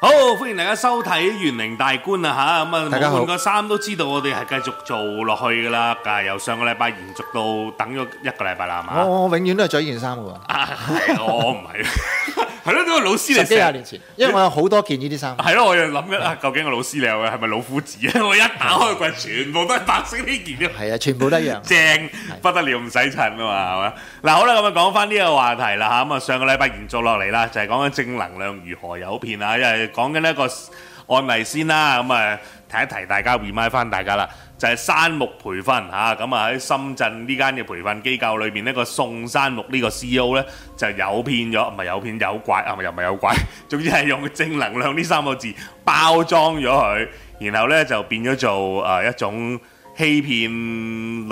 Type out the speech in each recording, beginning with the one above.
好，歡迎大家收睇《玄靈大觀》啊吓，咁啊大家冇好換個衫都知道我哋係繼續做落去噶啦，啊由上個禮拜延續到等咗一個禮拜啦係嘛，我我永遠都係着呢件衫嘅喎，啊係啊 我唔係， 係咯，呢個老師嚟十幾成廿年前，因為我有好多件呢啲衫。係咯，我又諗緊啊，究竟個老師你係咪老夫子啊？我一打開個櫃，全部都係白色呢件啫。係啊，全部都 一樣。正不得了，唔使襯啊嘛，係嘛？嗱，好啦，咁啊講翻呢個話題啦嚇，咁啊上個禮拜延續落嚟啦，就係講緊正能量如何有騙啊，因為講緊一個案例先啦，咁啊提一提大家 remind 翻大家啦，就係山木培訓嚇，咁啊喺深圳呢間嘅培訓機構裏面呢個宋山木呢個 CEO 呢，就有騙咗，唔係有騙有怪啊，唔係又唔係有怪， 總之係用正能量呢三個字包裝咗佢，然後呢就變咗做誒一種。欺騙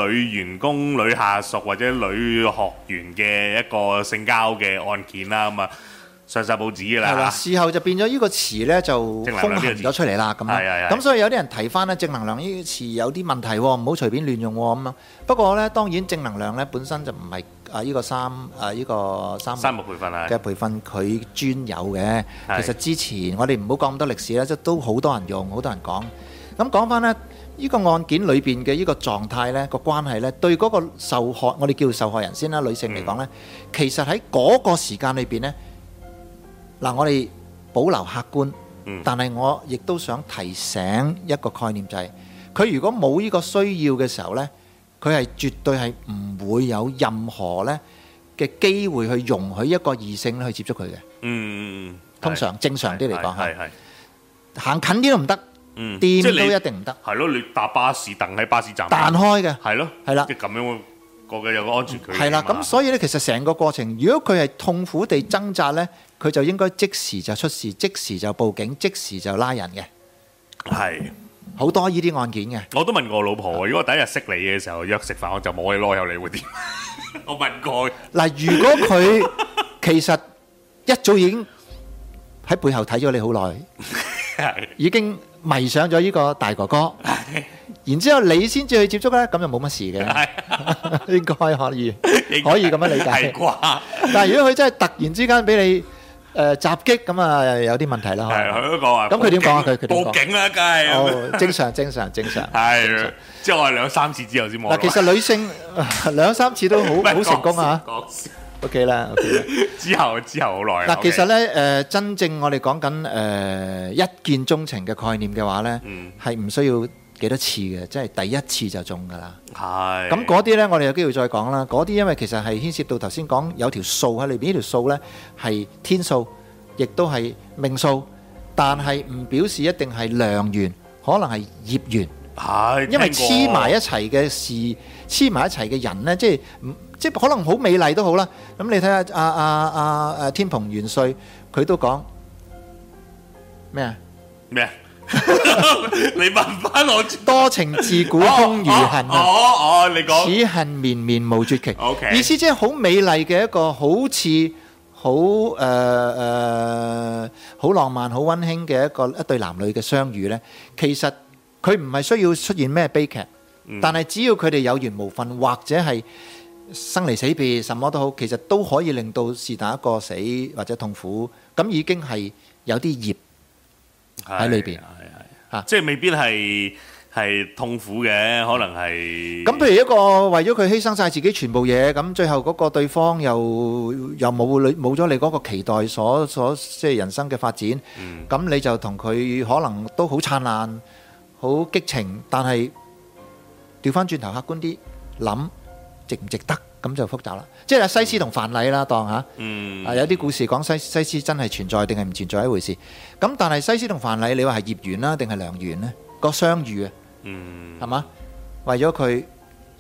女員工、女下屬或者女學員嘅一個性交嘅案件啦，咁啊上晒報紙㗎係啦，啦，事後就變咗呢個詞咧就正風能量呢個行字咗出嚟啦，咁係係係樣。咁所以有啲人提翻咧正能量呢個詞有啲問題喎，唔好隨便亂用喎咁啊。不過咧，當然正能量咧本身就唔係啊呢個三啊呢個三三木培訓啊，嘅培訓佢專有嘅。係其實之前我哋唔好講咁多歷史啦，即係都好多人用，好多人講。咁講翻呢，呢個案件裏邊嘅呢個狀態呢，個關係呢，對嗰個受害，我哋叫受害人先啦，女性嚟講呢，其實喺嗰個時間裏邊呢，嗱，我哋保留客觀嗯，但係我亦都想提醒一個概念就係，佢如果冇呢個需要嘅時候呢，佢係絕對係唔會有任何呢嘅機會去容許一個異性去接觸佢嘅。嗯，嗯通常正常啲嚟係講係係，行近啲都唔得，嗯，即掂係你都一定唔得，係咯，你搭巴士等喺巴士站，彈開嘅係咯，係啦即係咁樣個個有個安全距離㗎嘛，係啦。咁所以咧，其實成個過程，如果佢係痛苦地掙扎咧，佢就應該即時就出事，即時就報警，即時就拉人嘅。 係。好多呢啲案件嘅，我都問過我老婆，如果我第一日識你嘅時候約食飯，我就摸你攞有你會點？ 我問過佢，嗱，如果佢其實一早已經喺背後睇咗你好耐， 係已經迷上咗呢個大哥哥，然之後你先至去接觸咧，咁就冇乜事 嘅，應該可以，可以咁樣理係解。啩？但係如果佢真係突然之間俾你誒襲擊，咁啊有啲問題啦。可係能佢都講話，Ờ。咁佢點講啊佢佢點講報警啦，梗係。哦，正常正常正 常。係，即係我係兩三次之後先冇啦。嗱，其實女性 兩三次都好 唔係好成功啊啊講笑，OK 啦 ，OK 啦。之後之後好耐啊。嗱，其實咧誒，真正我哋講緊誒一見鐘情嘅概念嘅話咧嗯，係唔需要幾多次嘅，即係第一次就中㗎啦。係咁嗰啲呢，我哋有機會再講啦。嗰啲因為其實係牽涉到頭先講有條數喺裏邊，呢條數呢係天數，亦都係命數，但係唔表示一定係良緣，可能係業緣，係因為聽過黐埋一齊嘅事，黐埋一齊嘅人呢，即係唔即係可能好美麗都好啦。咁你睇下阿阿阿阿天蓬元帥，佢都講咩啊？咩啊？ 你問翻我知多情自古空餘恨啊！哦哦，你講此恨綿綿無絕期。 OK 意思即係好美麗嘅一個好似好誒誒好浪漫、好温馨嘅一個一對男女嘅相遇呢，其實佢唔係需要出現咩悲劇，但係只要佢哋有緣無分，或者係生離死別，什麼都好，其實都可以令到是但一個死或者痛苦，咁已經係有啲業。喺裏邊係係係嚇即係未必係係痛苦嘅，可能係咁譬如一個為咗佢犧牲晒自己全部嘢，咁最後嗰個對方又又冇你冇咗你嗰個期待所所即係人生嘅發展，咁、你就同佢可能都好燦爛、好激情，但係調翻轉頭客觀啲諗，值唔值得？咁就複雜啦。即係西施同范蠡啦，當嚇。嗯啊，有啲故事講西西施真係存在定係唔存在一回事。咁但係西施同范蠡，你話係業緣啦定係良緣呢？個相遇啊！嗯，係嘛？為咗佢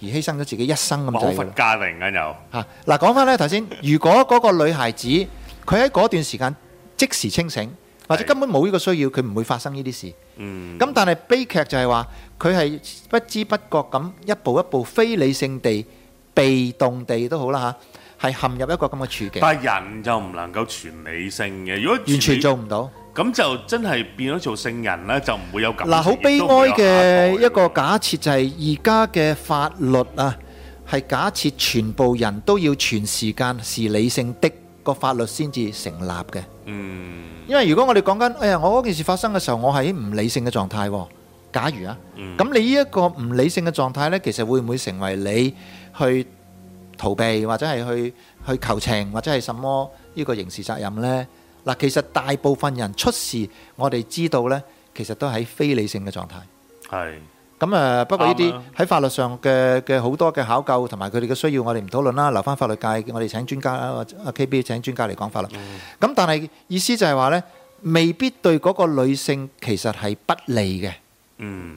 而犧牲咗自己一生咁哇好滯佛㗎啦家突然間又嚇！嗱，講翻咧頭先，如果嗰個女孩子佢喺嗰段時間即時清醒，或者係根本冇呢個需要，佢唔會發生呢啲事。嗯咁但係悲劇就係話佢係不知不覺咁一步一步非理性地、被動地都好啦嚇，係陷入一個咁嘅處境，但係人就唔能夠全理性嘅，如果完全理做唔到。咁就真係變咗做聖人啦，就唔會有感情嗱，好悲亦哀都唔會有嘅一個下假設就係而家嘅法律啊，係假設全部人都要全時間是理性的個法律先至成立嘅。一代嗯因為如果我哋講緊，哎呀，我嗰件事發生嘅時候，我係唔理性嘅狀態喎。假如啊，嗯咁你呢一個唔理性嘅狀態呢，其實會唔會成為你去逃避或者係去去求情或者係什麼呢個刑事責任呢？嗱，其實大部分人出事，我哋知道呢，其實都喺非理性嘅狀態。係咁誒，不過呢啱啲啊喺法律上嘅嘅好多嘅考究同埋佢哋嘅需要，我哋唔討論啦，留翻法律界，我哋請專家啊啊 KB 請專家嚟講法律。咁、但係意思就係話呢，未必對嗰個女性其實係不利嘅。嗯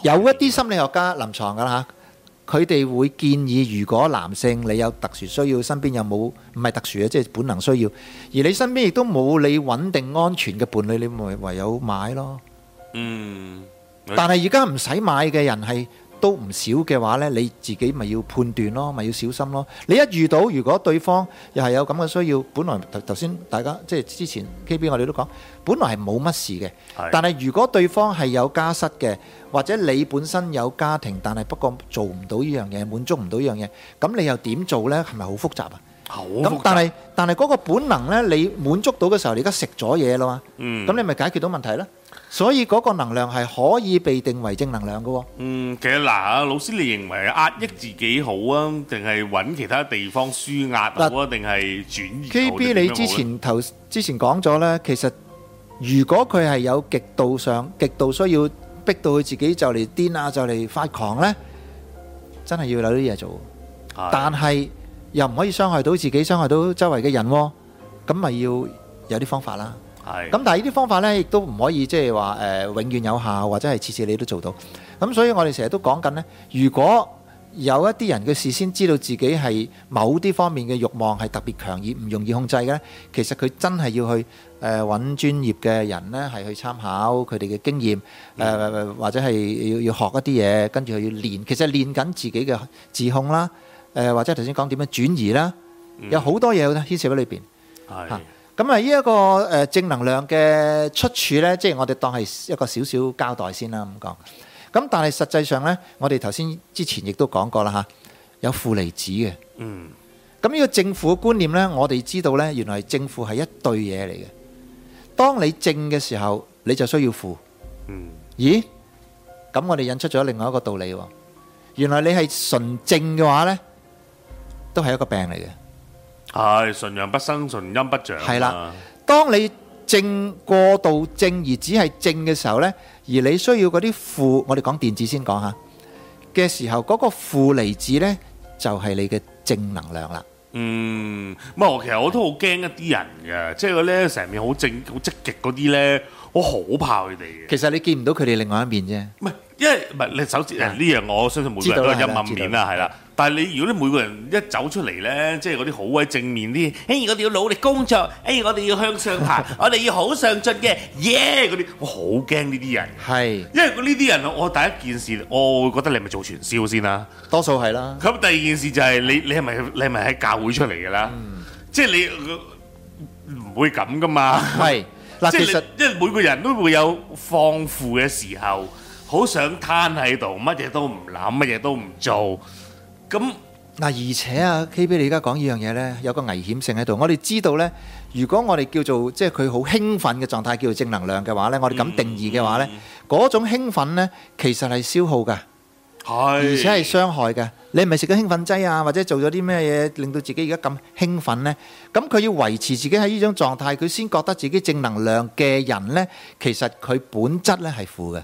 有一啲心理學家臨床㗎啦嚇，佢哋會建議，如果男性你有特殊需要，身邊又冇唔係特殊嘅，即係本能需要，而你身邊亦都冇你穩定安全嘅伴侶，你咪唯有買咯。嗯但係而家唔使買嘅人係都唔少嘅話呢，你自己咪要判斷咯，咪要小心咯。你一遇到如果對方又係有咁嘅需要，本來頭頭先大家即係之前 KB 我哋都講，本來係冇乜事嘅。係但係如果對方係有家室嘅，或者你本身有家庭，但係不過做唔到呢樣嘢，滿足唔到呢樣嘢，咁你又點做呢？係咪好複雜啊？好咁複但雜係但係嗰個本能呢，你滿足到嘅時候，你而家食咗嘢啦嘛。嗯咁你咪解決到問題啦。所以嗰個能量係可以被定為正能量嘅喎。嗯，其實嗱，老師你認為壓抑自己好啊，定係揾其他地方舒壓好啊，定係轉移好 KB 你之前頭之前講咗呢，其實如果佢係有極度上極度需要逼到佢自己就嚟癲啊，就嚟發狂呢，真係要有啲嘢做。但但係又唔可以傷害到自己，傷害到周圍嘅人喎。咁咪要有啲方法啦。係咁但係呢啲方法呢，亦都唔可以即係話誒永遠有效，或者係次次你都做到。咁所以我哋成日都講緊呢，如果有一啲人佢事先知道自己係某啲方面嘅慾望係特別強而唔容易控制嘅呢，其實佢真係要去誒揾專業嘅人呢，係去參考佢哋嘅經驗，誒、或者係要要學一啲嘢，跟住佢要練。其實練緊自己嘅自控啦，誒、或者頭先講點樣轉移啦，有好多嘢牽涉喺裏邊。係嚇咁啊，呢一個誒正能量嘅出處呢，即係我哋當係一個少少交代先啦，咁講。咁但係實際上呢，我哋頭先之前亦都講過啦嚇，有負離子嘅。嗯咁呢個政府觀念呢，我哋知道呢，原來政府係一對嘢嚟嘅。當你正嘅時候，你就需要負。嗯咦？咁我哋引出咗另外一個道理喎。原來你係純正嘅話呢，都係一個病嚟嘅。係純陽不生，純陰不長啊。係啦當你正過度正而只係正嘅時候呢，而你需要嗰啲負，我哋講電子先講下嘅時候，嗰、個負離子呢，就係、你嘅正能量啦。嗯，唔係我其實我都好驚一啲人嘅，即係佢咧成面好正、好積極嗰啲咧，我好怕佢哋嘅。其實你見唔到佢哋另外一面啫。唔係，因為唔係你首先呢樣，我相信每個人都有陰暗面啦，係啦。但係你如果你每個人一走出嚟咧，即係嗰啲好鬼正面啲，誒我哋要努力工作，誒我哋要向上爬，我哋要好上進嘅，耶嗰啲，我好驚呢啲人。係，因為呢啲人，我第一件事，我會覺得你係咪做傳銷先啊啦、多數係啦。咁第二件事就係你你係咪你係咪喺教會出嚟㗎啦？即係你唔會咁噶嘛？係嗱，即係其你實因為每個人都會有放負嘅時候，好想攤喺度，乜嘢都唔諗，乜嘢都唔做。咁嗱，而且啊，KB 你而家講呢樣嘢呢，有個危險性喺度。我哋知道呢，如果我哋叫做即係佢好興奮嘅狀態叫做正能量嘅話呢，我哋咁定義嘅話呢，嗰、種興奮呢，其實係消耗㗎。係，而且係傷害嘅。你係咪食咗興奮劑啊，或者做咗啲咩嘢令到自己而家咁興奮呢？咁佢要維持自己喺呢種狀態，佢先覺得自己正能量嘅人呢，其實佢本質呢係負嘅。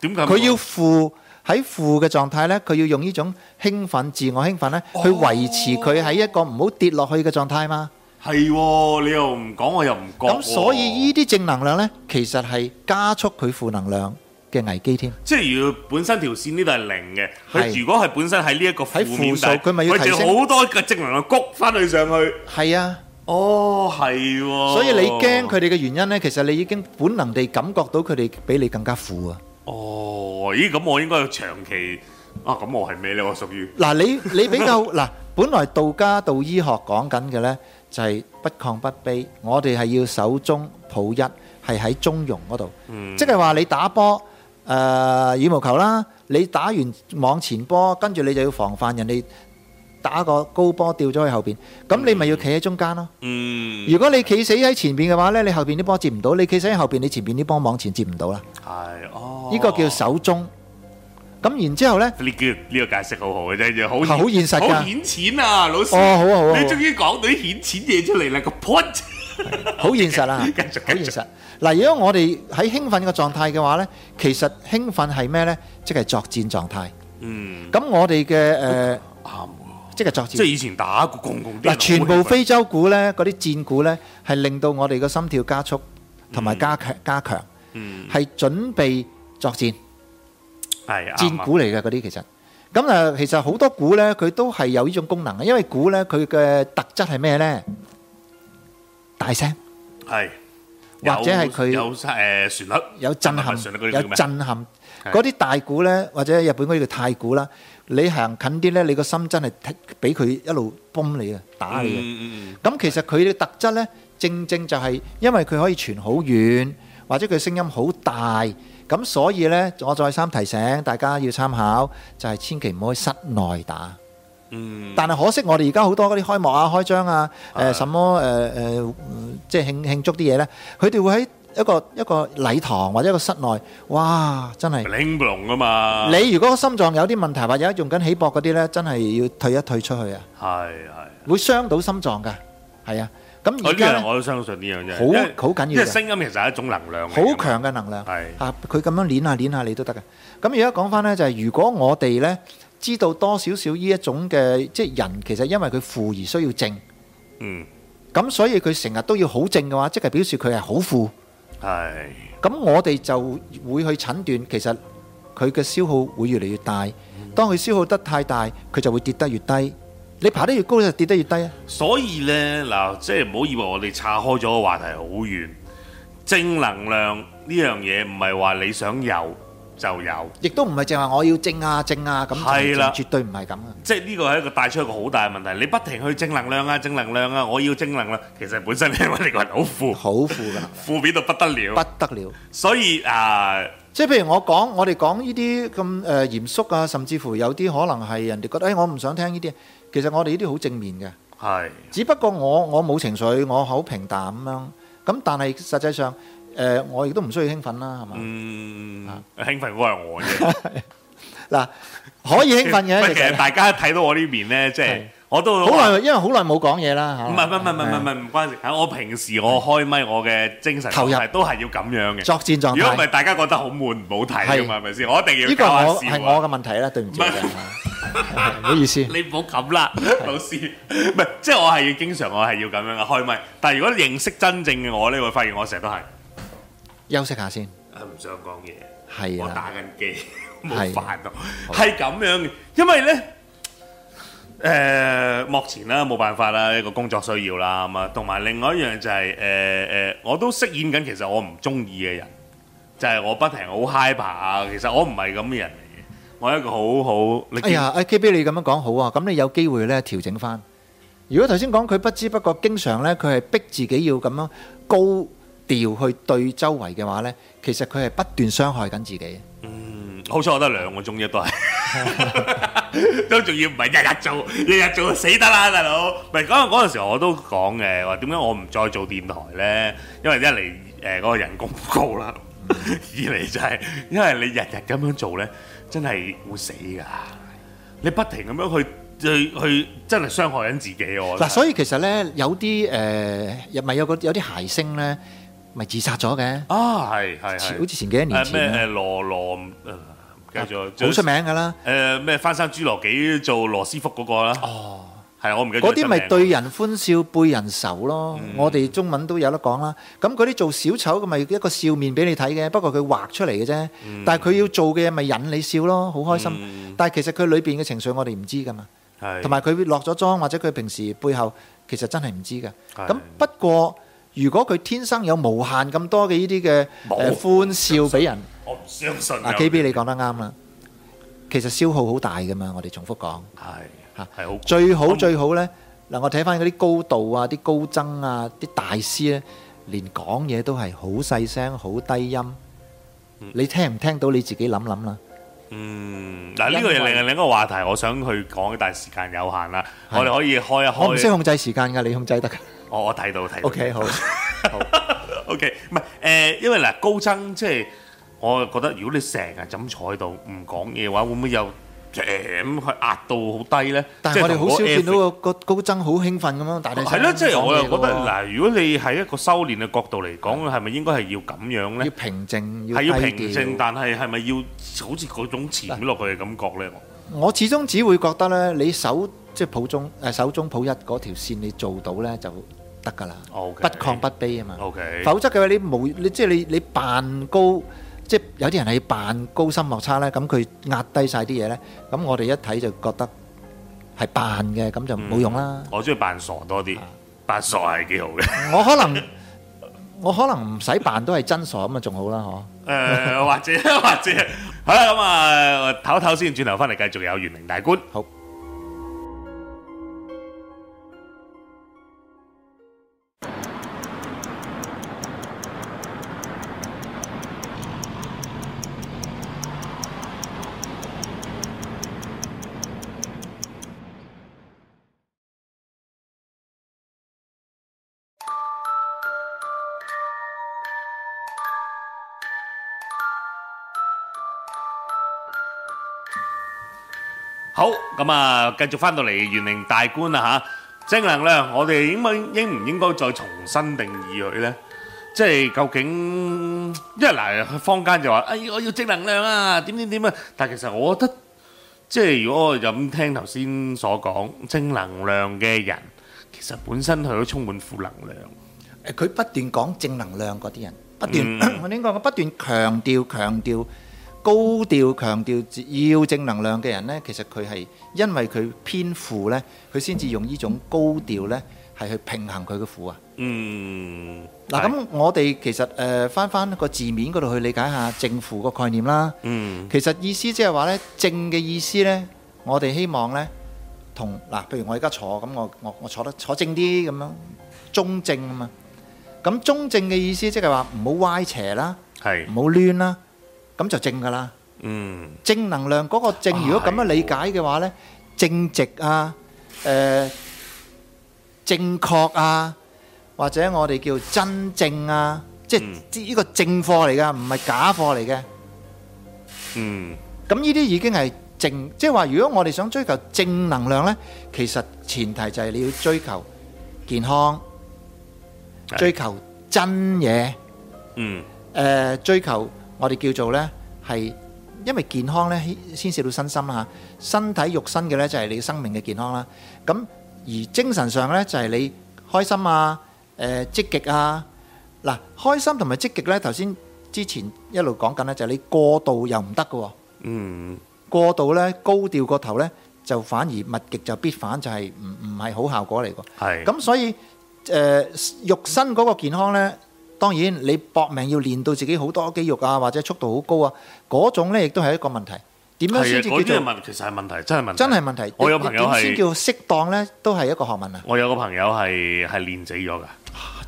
點解佢要負喺負嘅狀態呢，佢要用呢種興奮、自我興奮呢，去維持佢喺一個唔好跌落去嘅狀態嘛。係喎？你又唔講，我又唔講。咁所以呢啲正能量呢，其實係加速佢負能量嘅危機添。即係如果本身條線呢度係零嘅，佢係如果係本身喺呢一個負面喺負數佢咪要但係提佢升就好多嘅正能量谷翻去上去。係啊。哦，係喎。所以你驚佢哋嘅原因呢，其實你已經本能地感覺到佢哋比你更加負啊！哦，咦？咁我應該要長期啊？咁我係咩咧？我屬於嗱，你你比較嗱，本來道家道醫學講緊嘅呢，就係不亢不卑，我哋係要守中抱一，係喺中庸嗰度，即係話你打波誒、呃羽毛球啦，你打完網前波，跟住你就要防範人哋打個高波掉咗去後邊，咁你咪要企喺中間咯。嗯，如果你企死喺前邊嘅話呢，你後邊啲波接唔到，你企死喺後邊，你前邊啲波網前接唔到啦。係哦，呢個叫手中。咁然 之後呢，呢叫呢個解釋好好嘅啫，好好現實㗎好顯淺啊，老師。哦好啊好啊好啊你終於講到啲顯淺嘢出嚟啦，個 point 好現實啦，繼續好現繼續實。嗱，如果我哋喺興奮嘅狀態嘅話呢，其實興奮係咩呢？即係作戰狀態。嗯咁我哋嘅誒，啱喎，即係作嗯即係戰。以前打過共共啲人嗱，好全部興奮非洲鼓呢，嗰啲戰鼓呢，係令到我哋個心跳加速同埋加強加強，嗯係準備作戰。係啱啊戰鼓嚟嘅嗰啲其實，咁啊其實好多鼓咧，佢都係有呢種功能嘅，因為鼓咧佢嘅特質係咩咧？大聲係或者係有佢有誒旋律有震唔係唔撼係旋律嗰啲，叫有咩震撼。係嗰啲大鼓咧，或者日本嗰啲叫太鼓啦，你行近啲咧，你個心真係踢俾佢一路崩你啊，打你啊！嗯嗯咁其實佢嘅特質呢，正正就係因為佢可以傳好遠，或者佢聲音好大，咁所以呢，我再三提醒大家要參考，就係千祈唔好喺室內打。嗯嗯但係可惜我哋而家好多嗰啲開幕啊、開張啊、誒、啊什麼誒誒、呃即係慶慶祝啲嘢呢，佢哋會喺一個一個禮堂或者一個室內，哇！真係〜 ，bling bling 啊嘛，你如果個心臟有啲問題，或者用緊起搏嗰啲呢，真係要退一退出去啊，係係。會傷到心臟㗎，係啊。咁我而呢家呢樣我都相信呢樣嘢，好因為好緊要嘅因為聲音其實係一種能量嚟㗎嘛，好強嘅能量，係啊！佢咁樣攣下攣下你都得嘅。咁而家講翻呢，就係、如果我哋呢知道多少少呢一種嘅，即係人其實因為佢富而需要正，嗯咁所以佢成日都要好正嘅話，即係表示佢係好富。係咁我哋就會去診斷，其實佢嘅消耗會越嚟越大。當佢消耗得太大，佢就會跌得越低。你爬得越高就跌得越低啊！所以呢，嗱，即係唔好以為我哋岔開咗個話題好遠。正能量呢樣嘢唔係話你想有就有， 亦都唔係淨係話我要正啊正啊咁，係啦絕對唔係咁啊！即係呢個係一個帶出一個好大嘅問題。你不停去正能量啊，正能量啊，我要正能量。其實本身你因為你個人好負，好富㗎啦，負面到不得了。不得了。所以啊，即係譬如我講，我哋講呢啲咁誒嚴肅啊，甚至乎有啲可能係人哋覺得，誒、我唔想聽呢啲。其實我哋呢啲好正面嘅，係只不過我我冇情緒，我好平淡咁樣。咁但係實際上，誒、我亦都唔需要興奮啦，係嘛？嗯興奮嗰個係我啫。嗱、可 以 興奮不嘅，過其其實實大家睇到我呢面呢，即係係我都好耐，因為好耐冇講嘢啦唔係唔係唔係唔係嚇。唔係唔關事，我平時我開咪我嘅精神投入狀態都係要咁樣嘅。作戰狀態如果唔係，大家覺得好悶唔好睇啊嘛，係咪先？我一定呢要個搞係下我笑係啊我嘅問題啦，對唔住唔係嘅， 唔好意思。你唔好咁啦，老師。唔係，即係我係要經常我係要咁樣嘅開咪。但係如果認識真正嘅我咧，會發現我成日都係休息下先，啊唔想講嘢，係我啦打，緊機，冇係煩惱，係咁樣嘅。因為咧。誒、目前啦，冇辦法啦，一個工作需要啦，咁啊，同埋另外一樣就係誒誒，我都飾演緊其實我唔中意嘅人，就係、我不停好 high 爬，其實我唔係咁嘅人嚟嘅，我係一個好好，你哎呀，阿 K B 你咁樣講好啊，咁你有機會咧調整翻。如果頭先講佢不知不覺經常咧，佢係逼自己要咁樣高調去對周圍嘅話咧，其實佢係不斷傷害緊自己。 嗯好彩我得兩個鐘啫，都係，都仲要唔係日日做，日日做就死得啦，大佬。唔係嗰嗰陣時我都講嘅，話點解我唔再做電台咧？因為一嚟誒嗰個人工唔高啦，二嚟就係因為你日日咁樣做咧，真係會死㗎。你不停咁樣去去去，真係傷害緊自己我覺得。嗱，所以其實咧有啲誒，又咪有個有啲諧星咧，咪自殺咗嘅，啊，係係前係，好似前幾多年誒咩前咧誒羅羅誒唔記得咗，好出名㗎啦。誒咩翻山侏羅紀做羅斯福嗰個啦，哦，係我唔記得咗嗰啲咪真名對人歡笑背人愁咯，嗯我哋中文都有得講啦。咁嗰啲做小丑嘅咪一個笑面俾你睇嘅，不過佢畫出嚟嘅啫。但係佢要做嘅嘢咪引你笑咯，好開心。嗯但係其實佢裏邊嘅情緒我哋唔知噶嘛，係同埋佢落咗妝或者佢平時背後其實真係唔知嘅。係咁不過如果佢天生有無限咁多嘅呢啲嘅誒冇歡笑俾人，我唔相信啊 K B 你講得啱啦。其實消耗好大噶嘛，我哋重複講。係嚇係好最好咁最好呢，嗱，我睇翻嗰啲高度啊、啲高僧啊、啲大師呢，連講嘢都係好細聲、好低音。你聽唔聽到你自己諗諗啦？嗯，嗱呢個又另另一個話題，我想去講，但係時間有限啦，係我哋可以開一開。我唔識控制時間㗎，你控制得㗎。我我睇到睇到。 OK，好，好， OK，唔係誒，因為嗱高僧即係我覺得，如果你成日就咁坐喺度唔講嘢嘅話，會唔會又誒咁去壓到好低咧？但即係我哋同好嗰少個見 effort 到個高高僧好興奮咁樣大隻係咯，即係我又覺得啊講嘢喎嗱，如果你喺一個修練嘅角度嚟講，係咪應該係要咁樣啊要咧？平靜，係要低平靜，調但係係咪要好似嗰種潛落去嘅感覺咧？我始終只會覺得咧，你手即係抱中誒手中抱一嗰條線，你做到咧就得㗎啦，我不亢不卑啊嘛。 OK，否則嘅話，你無你即係你你扮高，即係有啲人係扮高深莫測咧，咁佢壓低晒啲嘢咧，咁我哋一睇就覺得係扮嘅，咁就冇用啦。我中意扮傻多啊啲，扮傻係幾好嘅。 我可能我可能唔使扮都係真傻咁啊，仲好啦，嗬。誒，或者或者，好啦，咁啊，唞一唞先，轉頭翻嚟繼續有玄靈大觀。好。好，咁啊，繼續翻到嚟玄靈大觀啦嚇，正能量，我哋應唔應唔應該再重新定義佢呢？即係究竟，因為嗱，坊間就話，哎，我要正能量啊，點點點啊，但其實我覺得，即係如果我咁聽頭先所講，正能量嘅人，其實本身佢都充滿負能量。誒佢不斷講正能量嗰啲人，不斷、嗯 我應該講不斷強調強調高調強調自要正能量嘅人呢，其實佢係因為佢偏負呢，佢先至用呢種高調呢，係去平衡佢嘅負啊。嗯，嗱，咁我哋其實誒翻翻個字面嗰度去理解下正負個概念啦。嗯，其實意思即係話呢，正嘅意思呢，我哋希望呢，同嗱，譬如我而家坐咁，我我我坐得坐正啲咁樣，中正啊嘛。咁中正嘅意思即係話唔好歪斜啦，係唔，好攣啦，咁就正噶啦。嗯。正能量嗰個正，啊如果咁樣係喎理解嘅話呢，正直啊，誒、正確啊，或者我哋叫真正啊，即係嗯呢個正貨嚟㗎，唔係假貨嚟嘅。嗯，咁呢啲已經係正，即係話如果我哋想追求正能量呢，其實前提就係你要追求健康，係追求真嘢。嗯，誒、追求我哋叫做呢，係因為健康呢牽牽涉到身心啦嚇，身體肉身嘅呢，就係你生命嘅健康啦。咁而精神上呢，就係你開心啊、誒、積極啊。嗱，開心同埋積極呢，頭先之前一路講緊呢，就係你過度又唔得嘅喎，嗯，過度呢，高調個頭呢，就反而物極就必反，就係唔唔係好效果嚟嘅。係，咁所以誒、呃肉身嗰個健康呢，當然你搏命要練到自己好多肌肉啊，或者速度好高啊，嗰種呢亦都係一個問題。點樣係先啊，至嗰啲叫係做問，其實係問題，真係問題，真係問題？我有你朋友點係先叫適當呢？都係一個學問啊！我有個朋友係係練死咗㗎，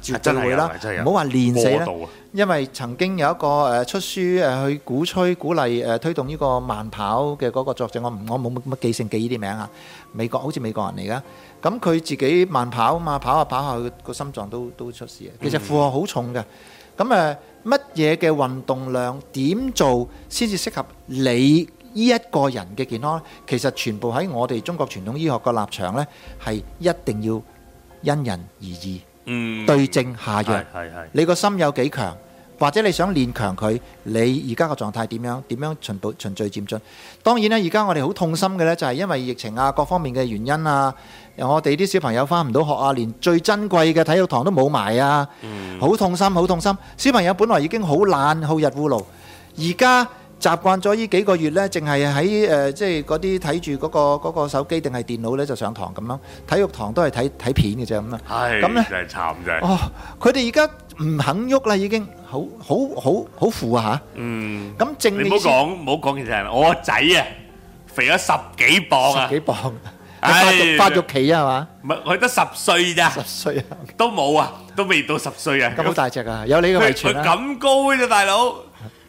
絕對真係會有啦啊真係，有唔好話練死過。啦度啊，因為曾經有一個誒出書誒去鼓吹鼓勵誒推動呢個慢跑嘅嗰個作者，我唔我冇乜乜記性記呢啲名啊，美國好似美國人嚟噶，咁佢自己慢跑啊嘛，跑下跑下佢個心臟都都出事啊，其實負荷好重嘅，咁誒乜嘢嘅運動量點做先至適合你？呢一個人嘅健康呢，其實全部喺我哋中國傳統醫學個立場呢，係一定要因人而異，嗯，對症下藥係。係係，你個心有幾強，或者你想練強佢，你而家個狀態點樣？點樣循步循序漸進？當然啦，而家我哋好痛心嘅呢，就係因為疫情啊，各方面嘅原因啊，我哋啲小朋友翻唔到學啊，連最珍貴嘅體育堂都冇埋啊，嗯好痛心，好痛心。小朋友本來已經好懶，好日烏勞，而家。習慣咗呢幾個月呢，淨係喺誒，即係嗰啲睇住嗰個嗰個手機定係電腦呢，就上堂咁樣。體育堂都係睇睇片嘅啫咁啦。啊係咁呢真係慘真係，哦，佢哋而家唔肯喐啦，已經好好好好負啊嗯，嚇！咁正你唔嘅好意思講唔好講，其實係我個仔啊，肥咗十幾磅啊十，幾磅，發唉育發育期啊係嘛， 唔係佢得十歲咋十，歲啊，都冇啊，都未到十歲啊，咁好大隻啊，有你嘅佢遺傳佢啦。咁高嘅啫，大佬，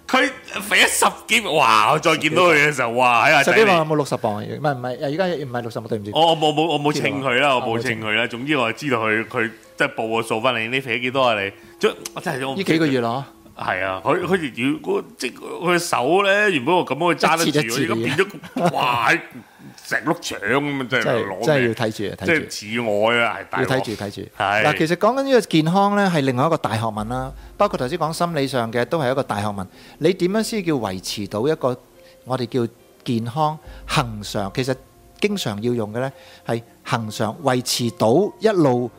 佢肥咗十幾，哇！我再見到佢嘅時候，哇！喺阿仔十嚟幾磅有冇六十磅啊？唔係唔係，而家唔係六十磅，對唔住。我我冇冇我冇稱佢啦，我冇啊冇稱稱佢啦。總之我係知道佢佢即係報個數翻嚟，你肥咗幾多啊？你即我真係我唔呢知幾個月咯，係啊，佢佢如果即係佢手咧，原本我咁樣去揸得住，一截一截而家變咗哇成碌腸咁啊！真真係係攞真係命要，睇住啊，即睇係住。似我啊，係大要睇鑊住睇住。係嗱，其實講緊呢個健康呢，係另外一個大學問啦。包括頭先講心理上嘅，都係一個大學問。你點樣先叫維持到一個我哋叫健康恒常？其實經常要用嘅呢，係恒常維持到一路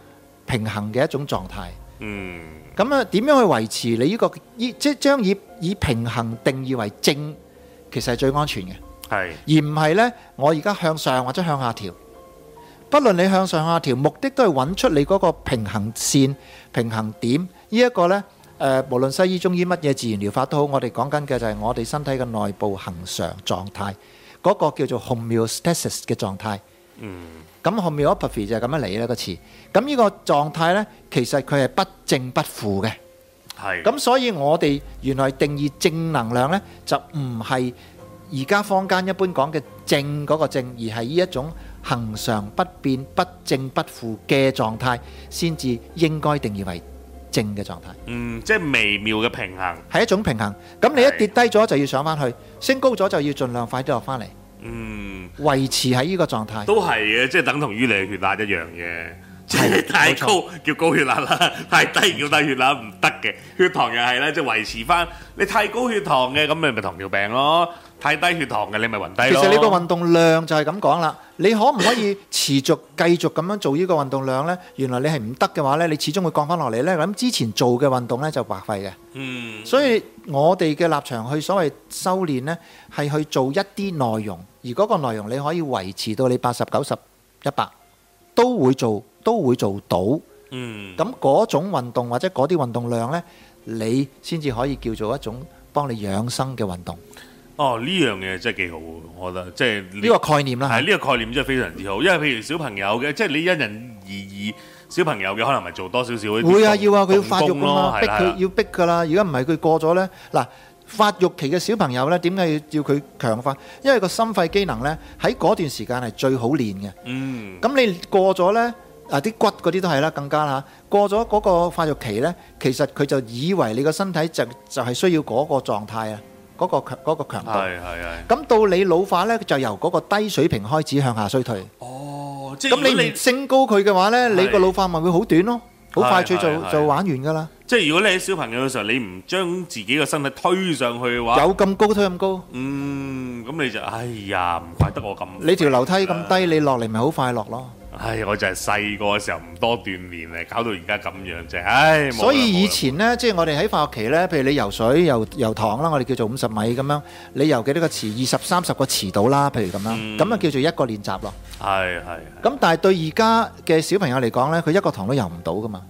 平衡嘅一種狀態。嗯咁啊，點樣去維持你呢、個以即係將以以平衡定義為正，其實係最安全嘅。係而唔係呢，我而家向上或者向下調。不論你向上下調，目的都係揾出你嗰個平衡線、平衡點。呢、一個呢，誒、無論西醫、中醫乜嘢自然療法都好，我哋講緊嘅就係我哋身體嘅內部恒常狀態，嗰、個叫做 homeostasis 嘅狀態。嗯咁 homeopathy 就係咁樣嚟啦個詞。咁呢個狀態呢，其實佢係不正不負嘅。係咁所以我哋原來定義正能量呢，就唔係而家坊間一般講嘅正嗰個正，而係呢一種恒常不變、不正不負嘅狀態，先至應該定義為正嘅狀態，嗯，即係微妙嘅平衡，係一種平衡。咁你一係跌低咗就要上翻去，升高咗就要盡量快啲落翻嚟，嗯。維持喺呢個狀態。都係嘅，即係等同於你嘅血壓一樣嘅。即係 太冇錯高叫高血壓啦，太低叫低血壓唔得嘅。血糖又係啦，即係維持翻。你太高血糖嘅，咁你咪糖尿病咯；太低血糖嘅，你咪暈低其咯。實你個運動量就係咁講啦，你可唔可以持續繼續咁樣做呢個運動量呢？原來你係唔得嘅話呢，你始終會降翻落嚟呢。咁之前做嘅運動呢，就白費嘅。嗯所以我哋嘅立場去所謂修練呢，係去做一啲內容，而嗰個內容你可以維持到你八十九十一百都會做，都會做到。咁嗯，嗰種運動或者嗰啲運動量呢，你先至可以叫做一種幫你養生嘅運動。哦呢樣嘢真係幾好喎，我覺得即係你呢個概念啦係嚇，呢個概念真係非常之好，因為譬如小朋友嘅，即係你因人而異。小朋友嘅可能咪做多少少會啊要啊，佢要發育㗎㗎嘛，逼佢要逼㗎啦。如果唔係佢過咗呢，嗱發育期嘅小朋友呢，點解要要佢強化？因為個心肺機能呢，喺嗰段時間係最好練嘅。嗯咁你過咗呢，啊啲骨嗰啲都係啦，更加啦。過咗嗰個發育期呢，其實佢就以為你個身體就就係需要嗰個狀態啊，嗰、個強嗰、個強度。係係係咁到你老化呢，就由嗰個低水平開始向下衰退。哦，即係如咁果你唔升高佢嘅話呢，係你個老化咪會好短咯，好快脆就係係係就玩完㗎啦。即係如果你喺小朋友嘅時候，你唔將自己嘅身體推上去嘅話，有咁高推咁高，嗯，咁你就哎呀，唔怪得我咁。你條樓梯咁，啊低，你落嚟咪好快樂咯。唉，我就係細個嘅時候唔多鍛鍊嚟，搞到而家咁樣啫。唉，冇啦所以冇以啦前呢，即係我哋喺化學期呢，譬如你游水、游游塘啦，我哋叫做五十米咁樣，你游幾多個池？二十三十個池到啦，譬如咁啦，嗯咁啊叫做一個練習咯。係係咁但係對而家嘅小朋友嚟講呢，佢一個塘都游唔到噶嘛。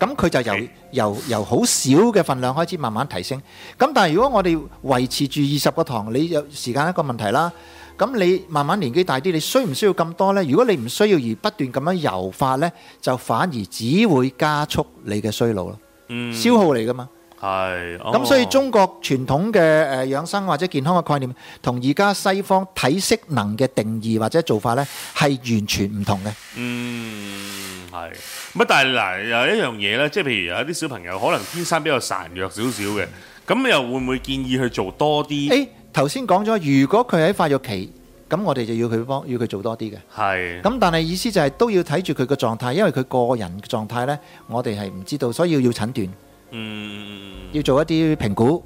咁佢就由係由由好少嘅份量開始慢慢提升。咁但係如果我哋維持住二十個堂，你有時間一個問題啦。咁你慢慢年紀大啲，你需唔需要咁多呢？如果你唔需要而不斷咁樣油法呢，就反而只會加速你嘅衰老咯，嗯消耗嚟噶嘛。係。咁所以哦中國傳統嘅誒養生或者健康嘅概念，同而家西方體適能嘅定義或者做法呢，係完全唔同嘅。嗯係乜？但係嗱，有一樣嘢咧，即係譬如有一啲小朋友可能天生比較孱弱少少嘅，咁又會唔會建議去做多啲？誒頭先講咗，如果佢喺發育期，咁我哋就要佢幫要佢做多啲嘅。係咁但係意思就係都要睇住佢嘅狀態，因為佢個人嘅狀態呢，我哋係唔知道，所以要診斷，嗯要做一啲評估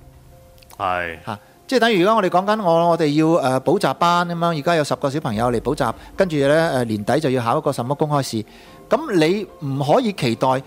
係嚇。即係等於而家我哋講緊我我哋要誒、呃補習班咁樣，而家有十個小朋友嚟補習，跟住呢，誒年底就要考一個什麼公開試。咁你唔可以期待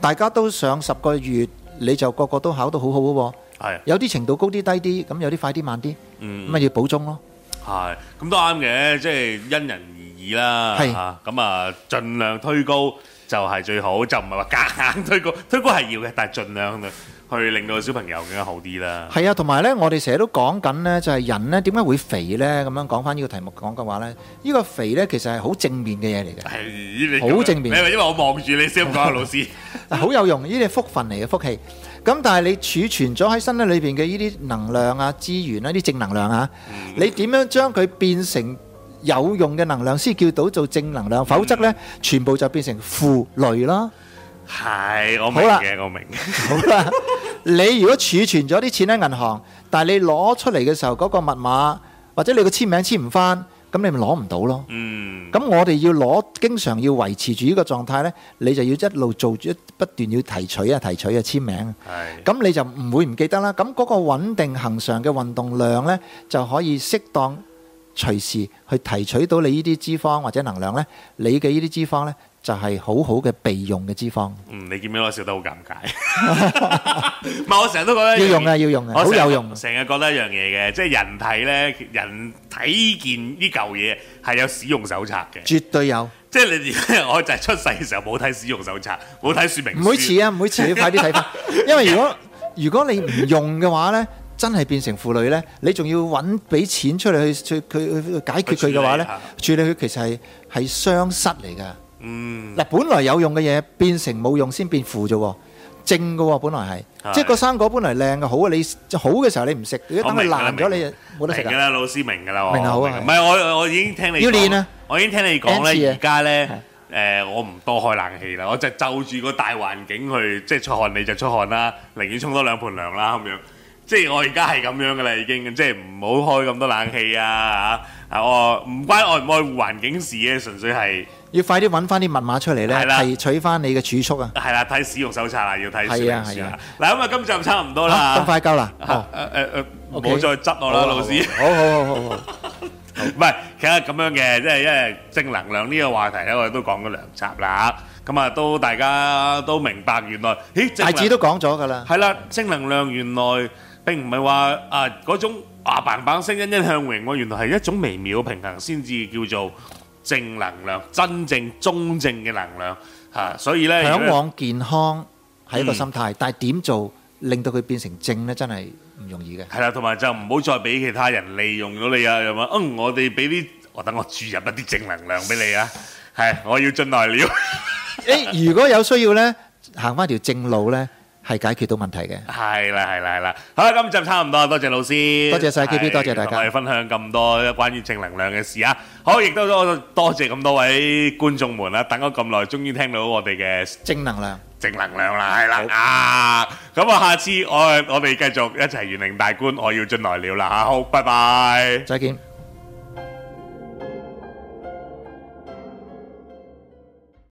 大家都上十個月，你就個個都考到好好嘅喎。係有啲程度高啲低啲，咁有啲快啲慢啲，嗯咁。咪要補鐘咯。係，咁都啱嘅，即係因人而異啦。係嚇咁啊， 盡量推高就係最好，就唔係話夾硬推高，推高係要嘅，但係盡量去令到小朋友更加好啲啦。係啊，同埋咧，我哋成日都講緊咧，就係人咧點解會肥咧？咁樣講翻呢個題目講嘅話咧，呢個肥咧其實係好正面嘅嘢嚟 嘅，係你好咁樣正面你係咪因為我望住你先咁講啊，老 師。好有用，呢啲係福分嚟嘅福氣。咁但係你儲存咗喺身體裏邊嘅呢啲能量啊、資源啊、啲正能量啊，你點樣將佢變成有用嘅能量先叫到做正能量？否則咧，全部就變成負累啦。係，我明好啦嘅，我明嘅。好啦，你如果儲存咗啲錢喺銀行，但係你攞出嚟嘅時候嗰、個密碼或者你個簽名簽唔翻，咁你咪攞唔到咯。嗯，咁我哋要攞，經常要維持住呢個狀態呢，你就要一路做住，不斷要提取啊、提取啊、簽名啊，係。咁你就唔會唔記得啦。咁嗰個穩定恒常嘅運動量呢，就可以適當隨時去提取到你呢啲脂肪或者能量呢。你嘅呢啲脂肪呢，就係好好嘅備用嘅脂肪，嗯，你見唔見我笑得好尷 尬？唔係，我成日都覺得要用啊嘅，要用嘅，我好成日有用。成日覺得一樣嘢嘅，即係人體咧，人體件呢嚿嘢係有使用手冊嘅。絕對有，即係你哋， 我就係出世嘅時候冇睇使用手冊，冇睇說明書。唔會遲啊，唔會遲，你快啲 睇翻。因為如果如果你唔用嘅話呢，真係變成婦女呢，你仲要揾俾錢出嚟去去去去解決佢嘅話呢，處理佢其實係係雙失嚟㗎。嗯，嗱，本來有用嘅嘢變成冇用先變負啫喎，正嘅喎，本來係係，即係個生果本來靚嘅好啊，你好嘅時候你唔食，如果等佢我明㗎啦爛咗明㗎你冇得食明㗎啊。啦，老師明㗎啦，我明啊好啊明係唔係我我已經聽你要講練啊，我已經聽你講 N 次咧，啊而家咧誒，我唔多開冷氣啦，我就就住個大環境去，即係出汗你就出汗啦，寧願沖多兩盆涼啦咁樣。即係我而家係咁樣㗎啦，已經即係唔好開咁多冷氣啊嚇！啊，我唔關愛唔愛護環境事嘅，純粹係要快啲揾翻啲密碼出嚟係呢，啦提取翻你嘅儲蓄啊！係啦，睇使用手冊啦，要睇係啊說明書係啊啦。嗱咁啊，今集就差唔多啦咁。快夠啦！嚇哦誒誒誒，唔 OK 好再執我啦，老師。好好好好好。唔係，其實咁樣嘅，即係因為正能量呢個話題咧，我哋都講咗兩集啦。咁啊，都大家都明白，原來咦，正大能致都講咗㗎啦，係啦，正能量原來並唔係話啊嗰種啊棒棒聲欣欣向榮喎，原來係一種微妙嘅平衡先至叫做正能量，真正中正嘅能量嚇、啊所以咧，如向果往健康係一個心態，但係點做令到佢變成正呢？真係唔 容易嘅。係啦，同埋就唔好再俾其他人利用咗你啊！又話嗯，我哋俾啲我等我注入一啲正能量俾你啊！係，我要進來了。誒，如果有需要呢，行翻條正路呢，係解決到問題嘅。係啦，係啦，係啦。好啦，今集差唔多，多謝老師，多謝晒係 KB 多謝大家同我哋分享咁多關於正能量嘅事啊。好，亦都多多謝咁多位觀眾們啦，等咗咁耐，終於聽到我哋嘅正能量，正能量啦，係啦啊。咁啊，下次我我哋繼續一齊玄靈大觀，我要進來了啦嚇。好，拜拜。再見。